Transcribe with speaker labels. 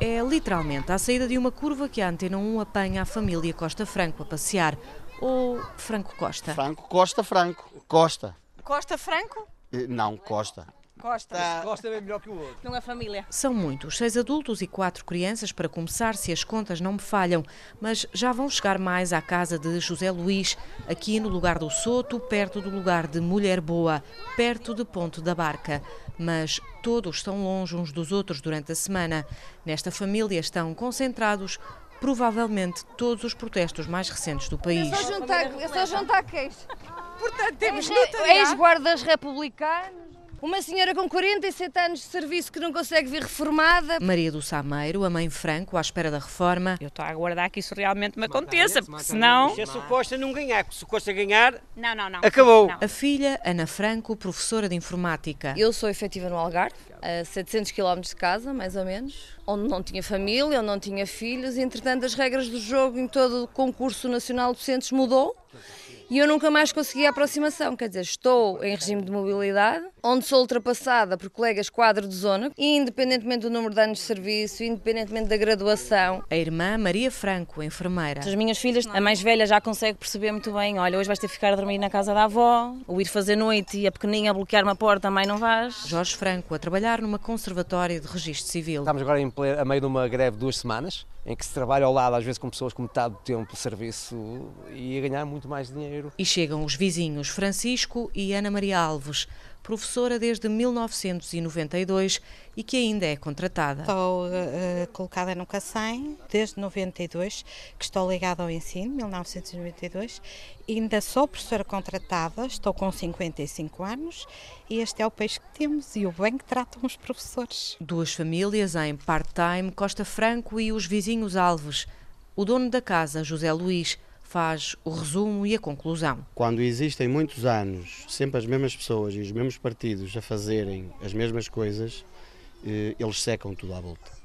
Speaker 1: É literalmente à saída de uma curva que a Antena 1 apanha a família Costa Franco a passear. Ou Franco Costa.
Speaker 2: Franco, Costa, Franco. Costa.
Speaker 3: Costa Franco?
Speaker 2: Eh, Não, Costa.
Speaker 3: Costa.
Speaker 4: Costa é bem melhor que o outro.
Speaker 3: Não é família.
Speaker 1: São muitos, seis adultos e quatro crianças para começar, se as contas não me falham. Mas já vão chegar mais à casa de José Luís, aqui no lugar do Soto, perto do lugar de Mulher Boa, perto de Ponte da Barca. Mas todos estão longe uns dos outros durante a semana. Nesta família estão concentrados, provavelmente, todos os protestos mais recentes do país.
Speaker 5: só juntar, eu só juntar queixa.
Speaker 3: Portanto, temos
Speaker 5: é Ex-guardas republicanos. Uma senhora com 47 anos de serviço que não consegue vir reformada.
Speaker 1: Maria do Sameiro, a mãe Franco, à espera da reforma.
Speaker 6: Eu estou a aguardar que isso realmente me aconteça, porque senão.
Speaker 4: Se o Costa não ganhar, se o Costa ganhar,
Speaker 6: Não, não,
Speaker 7: É
Speaker 6: não.
Speaker 4: Acabou.
Speaker 6: Não.
Speaker 1: A filha, Ana Franco, professora de informática.
Speaker 5: Eu sou efetiva no Algarve, a 700 km de casa, mais ou menos, onde não tinha família, onde não tinha filhos. e, Entretanto, as regras do jogo em todo o concurso nacional de docentes mudou e eu nunca mais consegui a aproximação. Quer dizer, estou em regime de mobilidade, onde sou ultrapassada por colegas quadro de zona, e independentemente do número de anos de serviço, independentemente da graduação.
Speaker 1: A irmã Maria Franco, enfermeira.
Speaker 7: As minhas filhas, a mais velha já consegue perceber muito bem, olha, hoje vais ter que ficar a dormir na casa da avó, ou ir fazer noite e a pequeninha a bloquear-me a porta, a mãe não vais.
Speaker 1: Jorge Franco a trabalhar numa conservatória de registro civil.
Speaker 8: Estamos agora em ple- a meio de uma greve de duas semanas, em que se trabalha ao lado, às vezes com pessoas com metade do tempo de serviço e a ganhar muito mais dinheiro.
Speaker 1: E chegam os vizinhos Francisco e Ana Maria Alves, professora desde 1992 e que ainda é contratada.
Speaker 9: Estou eh, colocada no CACEM desde 92, que estou ligada ao ensino, 1992. Ainda sou professora contratada, estou com 55 anos e este é o país que temos e o bem que tratam os professores.
Speaker 1: Duas famílias em part-time, Costa Franco e os vizinhos Alves. O dono da casa, José Luís, faz o resumo e a conclusão.
Speaker 2: Quando existem muitos anos, sempre as mesmas pessoas e os mesmos partidos a fazerem as mesmas coisas, eh, eles secam tudo à volta.